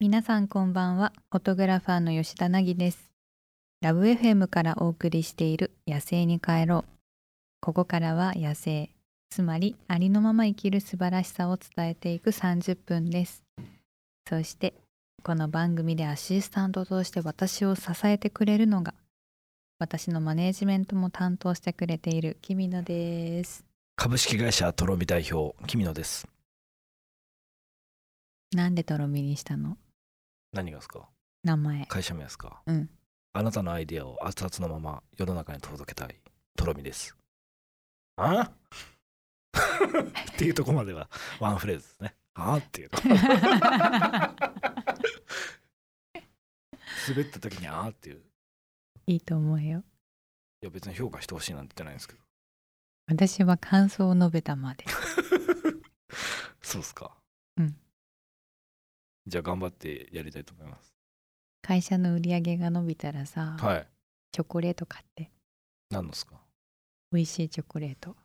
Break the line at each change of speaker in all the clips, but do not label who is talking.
皆さんこんばんはフォトグラファーの吉田凪ですラブ FM からお送りしている野生に帰ろうここからは野生つまりありのまま生きる素晴らしさを伝えていく30分ですそしてこの番組でアシスタントとして私を支えてくれるのが私のマネージメントも担当してくれている君野です
株式会社トロミ代表君野です
なんでとろみにしたの
何がですか
名前
会社名ですか
うん
あなたのアイデアを熱々のまま世の中に届けたいトロミです あっていうとこまではワンフレーズですねあっていうと 滑った時にあっていうい
いいと思うよ
や別に評価してほしいなんて言ってないんですけど
私は感想を述べたまで
そうですか
うん
じゃあ頑張ってやりたいと思います
会社の売り上げが伸びたらさ、
はい
チョコレート買って
何のですか
美味しいチョコレート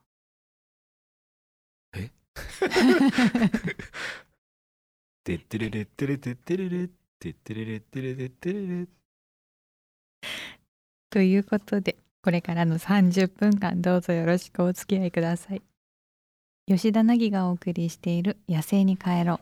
てってれれってれてってれれってってれれってれてってれれ
ということでこれからの30分間どうぞよろしくお付き合いください吉田凪がお送りしている「野生に帰ろう」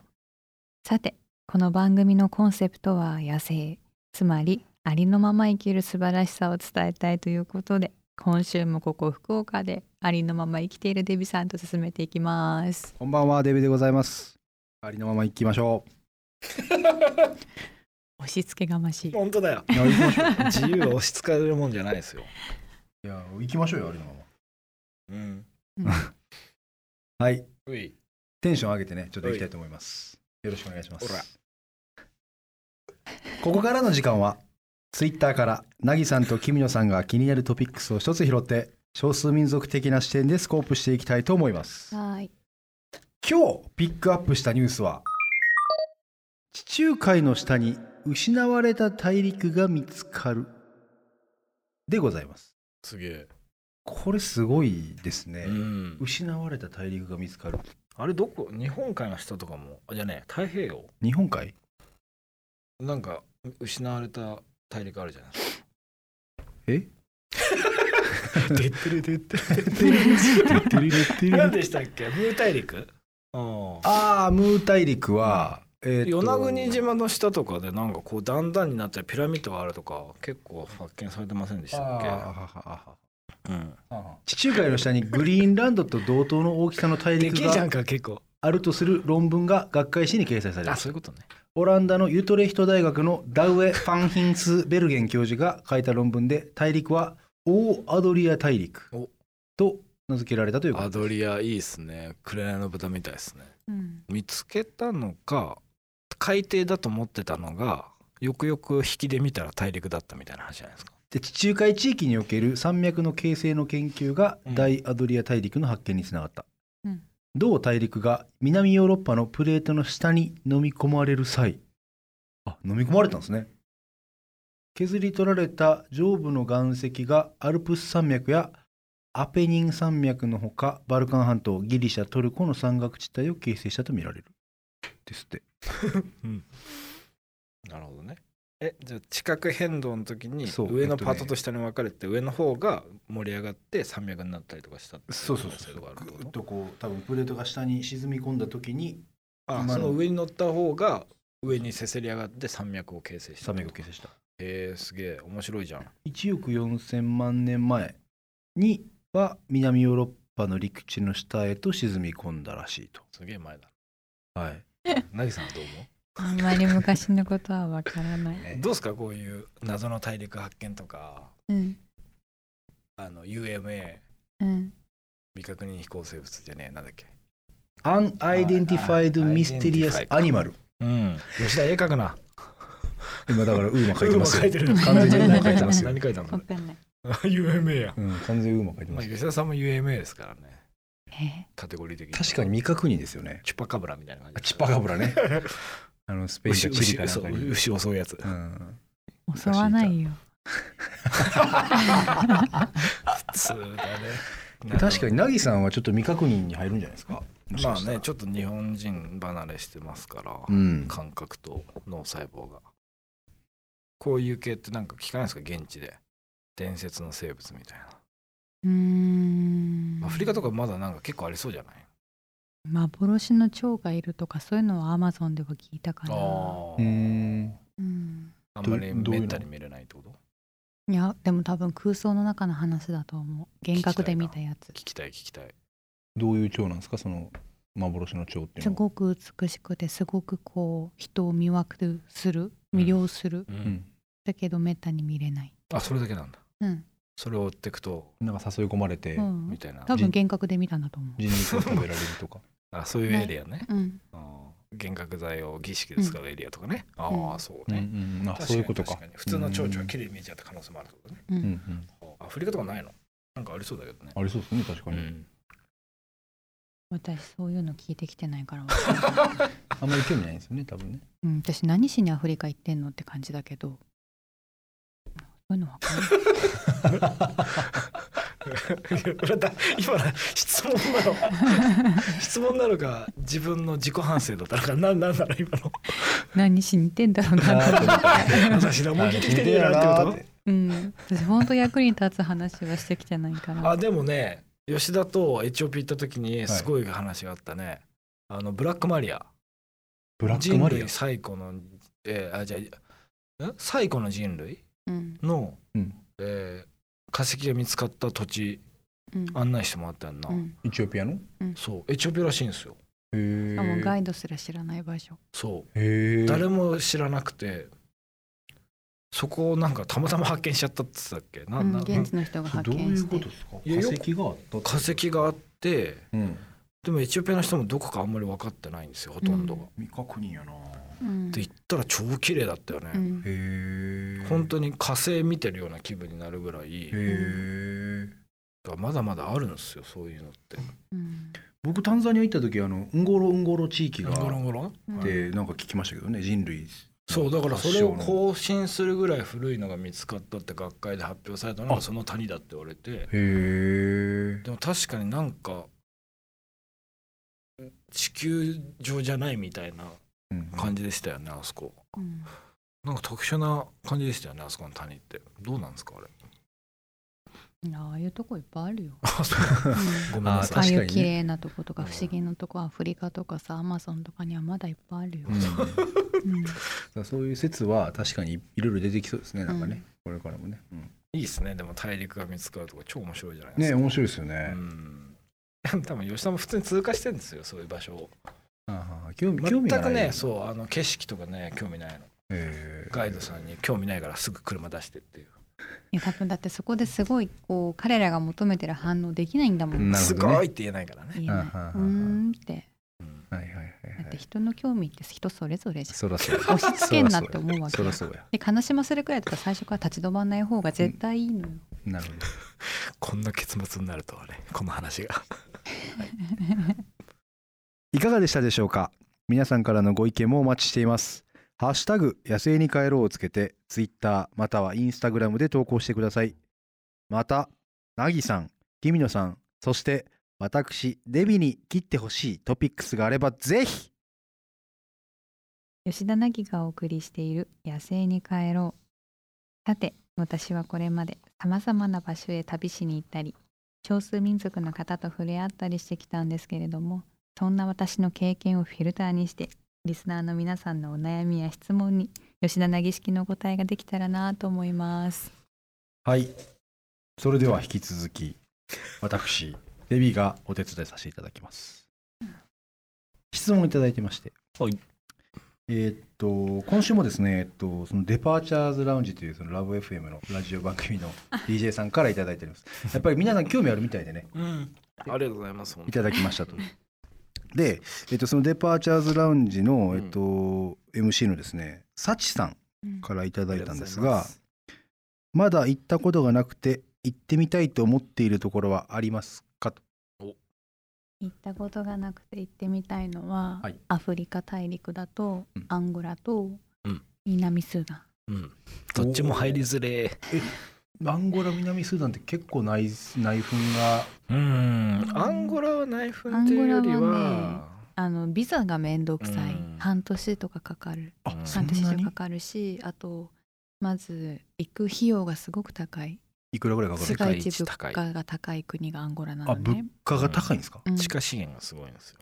さてこの番組のコンセプトは「野生」つまりありのまま生きる素晴らしさを伝えたいということで今週もここ福岡でありのまま生きているデビさんと進めていきます
こんばんは、デビでございます。ありのまま行きましょ
押し付けがましい
本当だよ
う。いや、行きましょう。
自由は押し付けられるもんじゃないですよ
いや、行きましょうよ、ありのま
うん
ま。はい、
ういう
テンション上げてね、ちょっと行きたいと思います。よろしくお願いします。
ほら
ここからの時間は、ツイッターから、なぎさんときみのさんが気になるトピックスを一つ拾って、少数民族的な視点でスコープしていきたいと思います。
はい
今日ピックアップしたニュースは地中海の下に失われた大陸が見つかるでございます
すげえ
これすごいですね、
うん
失われた大陸が見つかる
あれどこ日本海の下とかもあじゃあね太平洋
日本海
なんか失われた大陸あるじゃないです
え
かでってれでって 何でしたっけムー大陸ああ
ああムー大陸は、えーと
与那国島の下とかでなんかこう段々になってピラミッドがあるとか結構発見されてませんでし
あー
た
あ
っ
は
け、うん、
はは地中海の下にグリーンランドと同等の大きさの大
で
陸
けえじゃ
が
んか結構
あるとする論文が学会誌に掲載され
あ
ます
そういうことね
オランダのユトレヒト大学のダウエ・ファンヒンスベルゲン教授が書いた論文で大陸はオーアドリア大陸
お
と名付けられたということ
アドリアいいっすね紅の豚みたいですね
うん
見つけたのか海底だと思ってたのがよくよく引きで見たら大陸だったみたいな話じゃないですか
で地中海地域における山脈の形成の研究が
うん
大アドリア大陸の発見につながった、
うん
同大陸が南ヨーロッパのプレートの下に飲み込まれる際あ飲み込まれたんですね削り取られた上部の岩石がアルプス山脈やアペニン山脈のほかバルカン半島ギリシャトルコの山岳地帯を形成したとみられるですって
なるほどねえじゃあ地殻変動の時に
そう
上
え
の
っとね
パートと下に分かれて、上の方が盛り上がって山脈になったりとかしたってい可能性があるってこと
とこう多分プレートが下に沈み込んだ時に
あ
今の
その上に乗った方が上にせせり上がって山脈を形成したっ
山
て
脈
こ
を
と
形成した
へえすげえ面白いじゃん
1億4,000万年前には南ヨーロッパの陸地の下へと沈み込んだらしいと。
すげえ前だ
はい、
なぎさんはどう思う
あんまり昔のことはわからない
ね
どうですかこういう謎の大陸発見とか
うん
あの UMA
うん
未確認飛行生物じゃねえなんだっけ
Unidentified
はい
Mysterious Animal。
うん吉田絵描く な
今だからウーマ書いてますよ。
書いてる
完全にウーマ書いてますよ。
何書いたのそ
わ
れ
かんない。
UMA や
うん、完全にウーマ書いて
ま
ま
あ
すよ。
吉田さんも UMA ですからね
え
カテゴリー的に
確かに未確認ですよね。
チュパカブラみたいな感じ
あチッパカブ ラね。あのスペイン
牛
かチリかなん
そう
かに。
牛を襲うやつ
うん
襲わないよ。
普通だね
確かにナギさんはちょっと未確認に入るんじゃないですかもし
ま
か
あ
したら
ねちょっと日本人離れしてますから、
うん
感覚と脳細胞がこういう系ってなんか聞かないですか現地で伝説の生物みたい
ーん
なアフリカとかまだなんか結構ありそうじゃない
幻の蝶がいるとかそういうのはアマゾンでは聞いたかな
あ
うー
ー
ん
うん、
あんまり
どうい
め
うの
ったに見れないってこと
いやでも多分空想の中の話だと思う幻覚で見たやつ
聞きたい聞きたい
どういう蝶なんですかその幻の蝶っていう
す
のは
ごく美しくてすごくこう人を魅惑する魅了する、
う
うんん
だけどめったに見れない、
あそれだけなんだ
うん
それを追っていくと
なんか誘い込まれて
うん
みたいな
多分幻覚で見たんだと思う、
人肉を食べられるとか
あそういうエリアね
うん、
あー幻覚剤を儀式で使うエリアとかね、ああそうね、
うんうんあ
確かに
そういうことか
確に普通の蝶々
う
は
ん
綺麗に見えちゃった可能性もあるってことね、
うん
うんうん
アフリカとかないのなんかありそうだけどね
ありそうですね確かに、
うん
私そういうの聞いてきてないからわ かんない、
あんまり興味ないんですよね多分ね
うん、私何しにアフリカ行ってんのって感じだけどそういうのわか んない
だ今の質問なの 質問なのか自分の自己反省だったのか何なんだろう今 の
何しに行ってんだろうなと思って
私何も聞いてきてねえなってこ
うん、私本当役に立つ話はしてきてないか
と
ら
あでもね吉田とエチオピア行った時にすごい話があったね、あのブラックマリア
ブラック
人
マリア
類最古の、えーあじゃあん最古の人類
うん
の、
うん
えー化石が見つかった土地
うん
案内してもらったんな、
うん
エチオピアのへ
そうエチオピアらしいんですよ
え
あもうガイドすら知らない場所
そう
へえ
誰も知らなくてそこをなんかたまたま発見しちゃったって言ってたっけな、
うん
な
現地の人が
それ
発
どう
見
いう
し
こ
て
とですか
いやよく
化石があったって
化石があって
うん
でもエチオピアの人もどこかあんまり分かってないんですよほとんどが。
うん
未確認やなへ
うん
で行ったら超綺麗だったよ
う
ね、
ん
え
本
に
当に火星見てるような気分になるぐらい
へえ
まだまだあるんですよそういうのって。
うん
僕タンザニア行った時あのウンゴロウンゴロ地域が
ゴロ
あ
ンゴロン
うん
ってなんか聞きましたけどね人類
そうだからそれを
発祥の
更新するぐらい古いのが見つかったって学会で発表されたのが
あ
その谷だって言われて
へえ
でも確かになんか地球上じゃないみたいな感じでしたよねあそこ
うん
なんか特殊な感じでしたよねあそこの谷ってどうなんですかあれ
ああいうとこいっぱいあ るよ
あそう
うん
ごめん
あ
な
ー
あ
さ
あ
い
確
いう
かにね
綺麗なとことか不思議なとこアフリカとかさアマゾンとかにはまだいっぱいあるよ
う、んだか
うん
らそういう説は確かにいろいろ出てきそうですねなんかねこれからもねうん
いいですねでも大陸が見つかるとか超面白いじゃないです
ね
か
面白いですよ
う
ね
ん 多分吉田も普通に通過してるんですよそういう場所を
ああ興味興
全
味が
く
ない
ねそうあの景色とかね興味ないの
へー
ガイドさんに興味ないからすぐ車出してっていう
いや多分だってそこですごいこう彼らが求めてる反応できないんだもん
なる
す
ほ
ご
どね
いって言えないからね。
言えない
あはあはあ
うーんって
はいはいはい
だ
は
って
い
人の興味って人それぞれじゃん
そらそう
押し付けんなって思うわけ
そらそうや
で悲しませるくらいだったら最初から立ち止まんない方が絶対いいのよ、
なるほど
こんな結末になるとはね、この話 が。
いかがでしたでしょうか皆さんからのご意見もお待ちしていますハッシュタグ野生に帰ろうをつけてツイッターまたはインスタグラムで投稿してくださいまたなぎさんきみのさんそして私デビに切ってほしいトピックスがあればぜひ
吉田凪がお送りしている「野生に帰ろう」さて私はこれまでさまざまな場所へ旅しに行ったり少数民族の方と触れ合ったりしてきたんですけれどもそんな私の経験をフィルターにしてリスナーの皆さんのお悩みや質問に吉田凪式のお答えができたらなと思います。
はいそれでは引き続き私デビがお手伝いさせていただきます質問をいただいてまして
はい
えーっと今週もですね、えっと、そのデパーチャーズラウンジというそのラブ FM のラジオ番組 の DJ さんからいただいております。やっぱり皆さん興味あるみたいでね、
うん。ありがとうございます。
いただきましたと。で、えっと、そのデパーチャーズラウンジの、えっと、MC のですね、サチさんからいただいたんですが、まだ行ったことがなくて、行ってみたいと思っているところはありますかと。
行ったことがなくて行ってみたいのは、
はい
アフリカ大陸だと、
うん
アンゴラと、
うん
南スーダン
うん。どっちも入りづれえ。
アンゴラ南スーダンって結構内内紛が
うんアンゴラは内紛っていうより
アンゴラ
は
はあのビザがめんどくさい、
うん
半年とかかかる
あ
うん
そ
半
ん
年以
な
上
に
かかるしあとまず行く費用がすごく高い
いくらぐらいかか
世
る
界
世界一
一物
高い
価が高い国がアンゴラな
あ
の
物
ね、
価が高いんですか、
うん
地下資源がすごいんですよ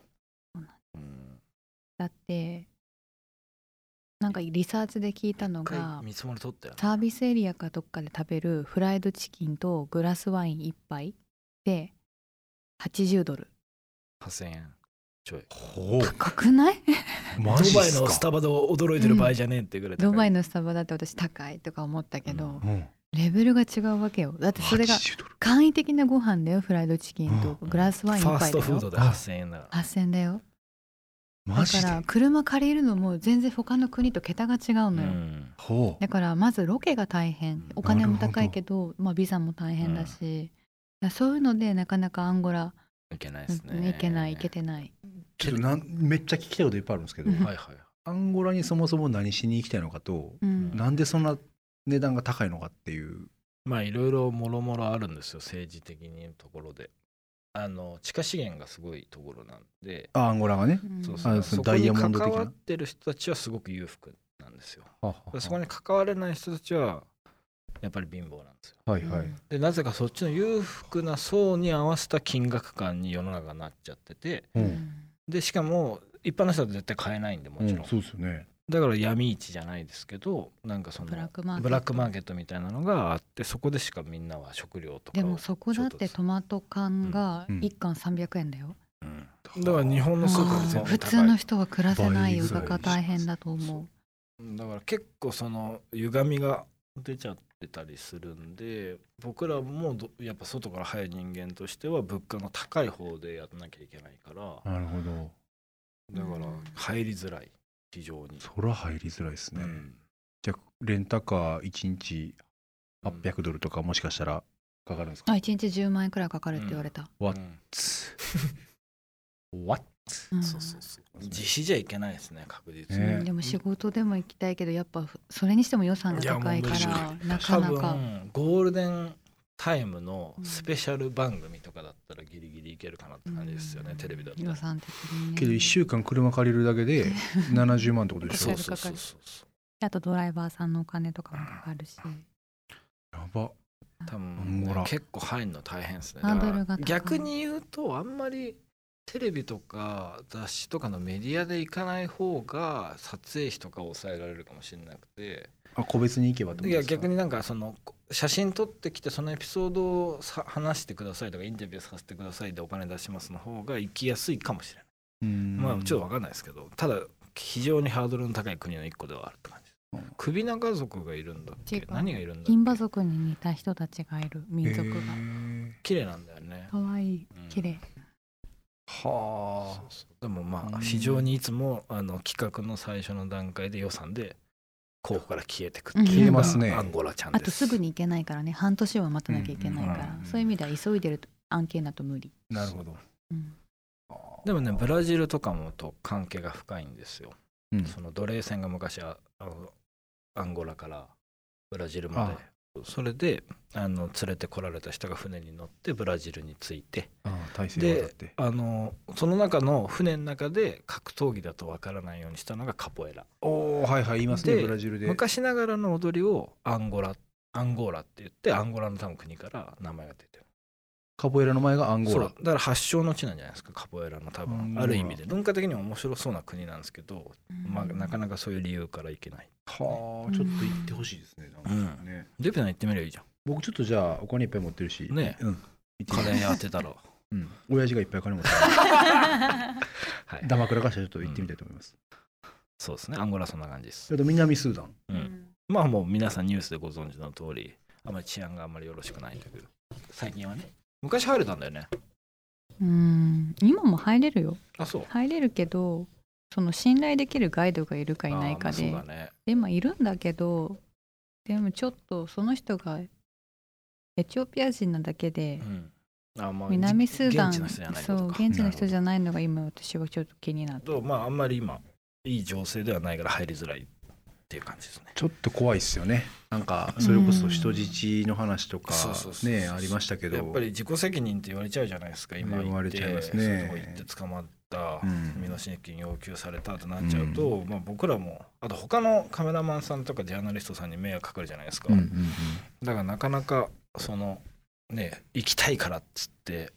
そうなん。
うん
だってなんかリサーチで聞いたの
一回
が
見積もり取ったよね。
サービスエリアかどっかで食べるフライドチキンとグラスワイン1杯で80ドル
8000円ちょい。
ほう
高くない
マジ
ド
っ
バイ
す
の
か
スタバで驚いてる場合じゃねえってぐらい高い。
ドバイのスタバだって私高いとか思ったけど、
うん
うん
レベルが違うわけよだってそれが
80ドル
簡易的なご飯だよフライドチキンと
うん
グラスワイン
ファ
1
ー
杯
スト
だ
フー
よ
ドで8000円だから。
8000だよ
マ
だか
ジで
ら車借りるのも全然他の国と桁が違うのよ、
うん
ほう
だからまずロケが大変お金も高いけどまあ、ビザも大変だし、いやそういうのでなかなかアンゴラ、
いけないで
う
す
ん
ね。
行けない行けてない
ちょっとなんめっちゃ聞きたいこといっぱいあるんですけど、
うん
はいはい。
アンゴラにそもそも何しに行きたいのかと、
うん
うん
なんでそんな値段が高いのかっていう
まあいろいろもろもろあるんですよ政治的にところで。あの地下資源がすごいところなんで。
あアンゴラがね、
うん
そうそう
あそ
そ
の
こ
ダイ
に
ヤモ
関
ンド的な
わってる人たちはすごく裕福なんですよ。そこ
に
に関われない人たちはやっぱり貧乏なんですよ。
はいはい、
うん
でなぜかそっちの裕福な層に合わせた金額感に世の中がなっちゃってて
うん
でしかも一般の人は絶対買えないんでも
うん
ちろん、
そうですよね
だから闇市じゃないですけどなんかその
ブラックマーケット
ブラックマーケットみたいなのがあってそこでしかみんなは食料とかを
でもそこだってトマト缶が
うん
1缶300円だよ、
うんだから日本のスーパー
あ
で
ー
全
普
然
通
高
の
い
人は暮らせないよ
倍ぐらい
だから大変だと思う
だから結構その歪みが出ちゃってたりするんで僕らもどやっぱ外から入る人間としては物価の高い方でやんなきゃいけないから
なるほど
だから
うん
入りづらい非常に。
そら入りづらいです
う
ね、
ん
じゃあレンタカー1日800ドルとかもしかしたらかかるんですか、
あ1日10万円くらいかかるって言われた、
わ
うん
What？
うん
そうそうそう自費じゃいけないですね確実
うん
ね
に。
でも仕事でも行きたいけどやっぱそれにしても予算が高いか
いや
ら
も
なか
多
なか
分ゴールデンタイムのスペシャル番組とかだったらギリギリいけるかなって感じですよね、
うん
テレビだった
予
ら。
算的に、ね、
けど1週間車借りるだけで70万ってことでし
そ
ょ
うそうそうそうそう。
あとドライバーさんのお金とかもかかるし、
や
多
ばほら
分結構入るの大変ですね。
ハードルが高い
だから逆に言うとあんまりテレビとか雑誌とかのメディアで行かない方が撮影費とか抑えられるかもしれなくて
あ個別に行けばってこと
い
で
や
すか
逆になんかそのこ写真撮ってきてそのエピソードをさ話してくださいとかインタビューさせてくださいでお金出しますの方が行きやすいかもしれない、
うん
まあちょっと分かんないですけどただ非常にハードルの高い国の一個ではあるって感じ
うん
首長族がいるんだっ
違
け
う
何がいるんだっけ
牝馬族に似た人たちがいる民族が
へー
綺麗なんだよね
可愛い
うん
綺麗
は
そうそうでもま
う
あ
ん
非常にいつもあの企画の最初の段階で予算で候補から消えてく
うん消え
の
ま
が
すね
アンゴラちゃんで
あ
す
とすぐに行けないからね半年は待たなきゃいけないから、
うん
そういう意味では急いでる案件だと無理、
あなるほど
うん
でもねブラジルとかもと関係が深いんですよ、
うん
その奴隷船が昔ああのアンゴラからブラジルまで
あ
それであの連れてこられた人が船に乗ってブラジルに着いて
ああ体制渡っ
で
て
あのその中の船の中で格闘技だとわからないようにしたのがカポエラ
おおはいはい言いますね
で
ブラジルで
昔ながらの踊りをアンゴラアンゴーラって言ってアンゴラの多分国から名前が出てる
カポエラの前がアンゴ
そ
ー
う
ラ
だから発祥の地なんじゃないですかカポエラの多
アン
分
ゴラ
ある意味で文化的にも面白そうな国なんですけど、まあ、なか
なか
なかそういう理由からいけない
はあちょっと行ってほしいですねなんかね
デビさん行ってみればいいじゃん
僕ちょっとじゃあお金いっぱい持ってるし
ね
うん行って
カ
み
レ
よ
ー当てたら は
ううん親父がいっぱい金持ってる
い
ダマくらかしてちょっと行ってみたいと思います
そうですねアンゴラそんな感じです
あ、と南スーダン
うん、まあもう皆さんニュースでご存知の通りあまり治安があんまりよろしくないんだけど最近はね昔入れたんだよね
うん今も入れるよ
あそう
入れるけどその信頼できるガイドがいるかいないか
あ
で
ーまあそうだね
でもいるんだけどでもちょっとその人がエチオピア人なだけで
うんあーまあ
南スーダン
現地の人じゃないって
そ
こ
う
とか
現地の人じゃないのが今私はちょっと気になって
とまああんまり今いい情勢ではないから入りづらいっていう感じですね。
ちょっと怖いっすよねなんかそれこそ人質の話とか
そうそうそう
ね
そう
ありましたけど
やっぱり自己責任って言われちゃうじゃないですか今
言われちゃいますね
そううとこ行って捕まった、
うん
身の親金要求されたとなっちゃうと、まあ、僕らもあと他のカメラマンさんとかジャーナリストさんに迷惑かかるじゃないですか、
うんうんうん
だからなかなかそのね行きたいからっつって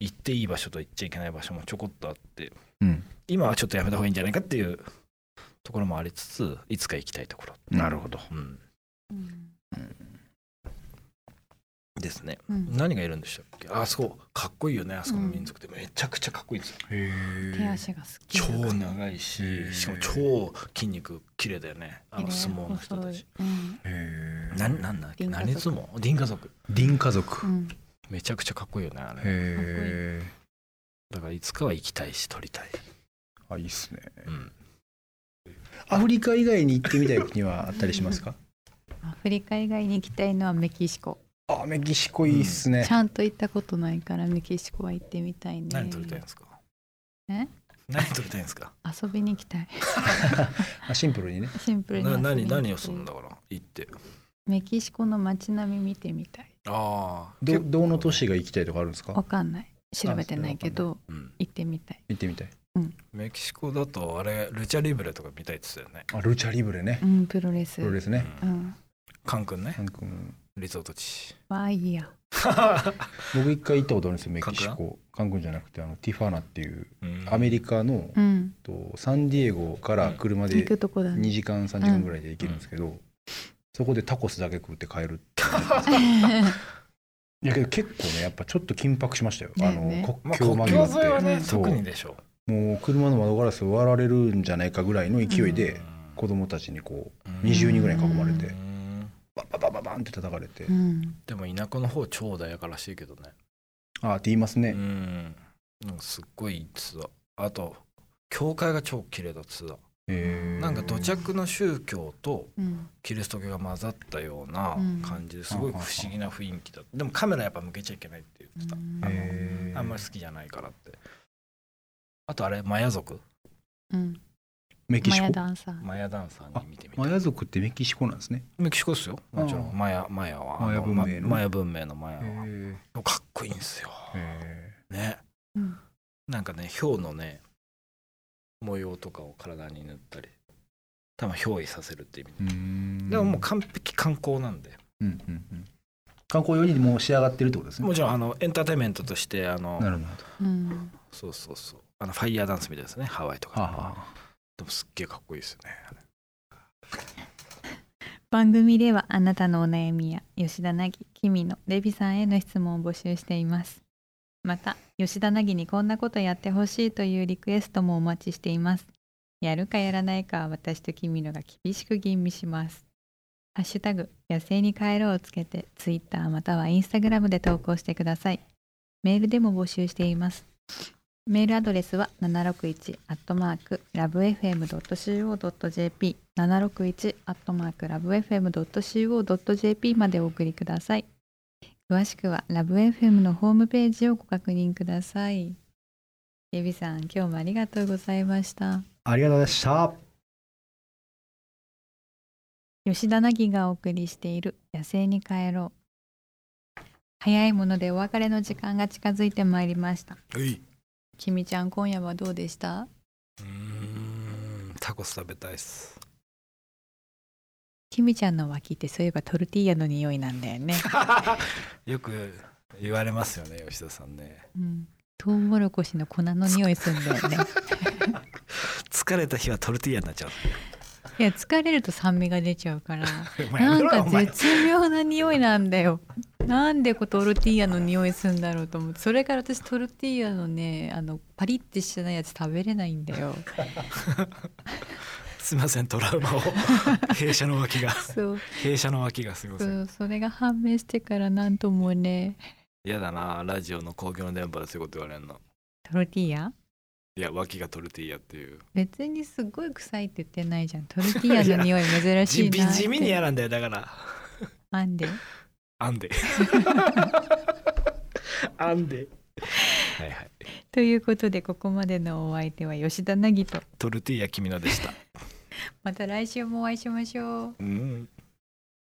行っていい場所と行っちゃいけない場所もちょこっとあって
うん
今はちょっとやめた方がいいんじゃないかっていうところもありつついつか行きたいところ、
なるほど
うん、ですね
うん
何がいるんでしたっけあそこかっこいいよねあそこの民族ってめちゃくちゃかっこいいんですよ、
へ
手
え
足がすっきり
超
とか
長いし、
へー
しかも超筋肉綺麗だよねあの相撲の人たち、
うん
ななんだっけ
輪
何
郭
相撲輪家族
ディン家族
う
へ
ん、
めちゃくちゃかっこいいよねあれ
え
だからいつかは行きたいし撮りたい、
あいいっすね
うん、
アフリカ以外に行ってみたい国はあったりしますか
アフリカ以外に行きたいのはメキシコ
あメキシコいいっすね
ちゃんと行ったことないからメキシコは行ってみたいね
何撮りたいんですか
え
何撮りたいんですか
遊びに行きたい
あシンプルにね
シ ンプルに
な
遊びに行き
何
たい
何をするんだから行って
メキシコの街並み見てみたい
ああ
どどの都市が行きたいとかあるんです
わ
か
かんない調べてないけど
うん、
行ってみたい
行ってみたい
メキシコだとあれルチャリブレとか見たいって言ってたよね、
あルチャリブレね
うんプロレス
プロレスね
う
うん
ん
カン君ね
なんかうん
リゾート地
まあいいや
僕一回行ったことあるんですよメキシコカンクンじゃなくてあのティファナっていうアメ
リ
リカの
うん
とサンディエゴから車
行
で
くとこだ
2
ね
時間3時間ぐらいで行けるんですけどそこでタコスだけ食って帰るっていやけど結構ねやっぱちょっと緊迫しましたよ
だ
あ
よね
の
ま
国
あ、
境
国
ま
境
で
沿いは
う
ね
ん
そう
特にでしょ
もう車の窓ガラス割られるんじゃないかぐらいの勢いで子供たちにこう
うん
20人ぐらい囲まれ
う
て
ん
バババババンって叩かれて
うん
でも田舎の方超穏やからしいけどね
ああって言います
う
ね
んなんかすっごいいいツアーあと教会が超綺麗だツアー
へえ
なんか土着の宗教と
うん
キリスト教が混ざったような
うん
感じですごい不思議な雰囲気だでもカメラやっぱ向けちゃいけないって言ってた
へー
あんまり好きじゃないからってあとあれマヤ族
うん
メキ
マ
シコ
ヤダンサー
マヤダンサーに見てみたい
マヤ族ってメキシコなんですね
メキシコですよもちろ
ああ
んマヤマヤは
マヤ
あ
文明の
まマヤ文明のマヤはも
へ
うかっこいいんですよ
え
ね
うん
なんかねヒョウのね模様とかを体に塗ったり多分憑依させるって意味で、でももう完璧観光なんで
うんうんうん、観光用にもう仕上がってるってことですね。
もちろんあのエンターテインメントとしてあの
なるほど。
うん
そうそうそうあのファイヤーダンスみたいですねハワイとか、
は
でもすっげえかっこいいですよねあれ
番組ではあなたのお悩みや吉田凪、君のレビさんへの質問を募集していますまた吉田凪にこんなことやってほしいというリクエストもお待ちしていますやるかやらないかは私と君のが厳しく吟味しますハッシュタグ野生に帰ろうをつけてツイッターまたはインスタグラムで投稿してくださいメールでも募集していますメールアドレスは761アットマークラブ FM.co.jp 761アットマークラブ FM.co.jp までお送りください詳しくはラブ FM のホームページをご確認くださいエビさん今日もありがとうございました
あ。ありがとうございま した。
吉田凪がお送りしている野生に帰ろう早いものでお別れの時間が近づいてまいりました
う
きみちゃん今夜はどうでした
ーんタコス食べたいっす
きみちゃんの脇ってそういえばトルティーヤの匂いなんだよ ね
よく言われますよね吉田さんね
うん、トウモロコシの粉の匂いするんだよ ね
疲れた日はトルティーヤになっち ゃう
いや疲れると酸味が出ちゃうから
お前や
な
め
ん
ろ
か
お前
絶妙な匂いなんだよなんでこうトルティーヤの匂いするんだろうと思ってそれから私トルティーヤのねあのパリッてしてないやつ食べれないん だよ
すいませんトラウマ を弊社の脇が
そう
弊社の脇がすいま
そ
せん
うそれが判明してからなんともね
嫌だなラジオの公共の電波でそういうこと言われんの
トルティーヤ
いや脇がトルティーヤっていう
別にすごい臭いって言ってないじゃんトルティーヤの匂い珍し
地
い
味
なって
地味に嫌なんだよだから
なんで
あ んであんではいはい
ということでここまでのお相手は吉田凪と
トルティーヤ君のでした
また来週もお会いしましょう。
うん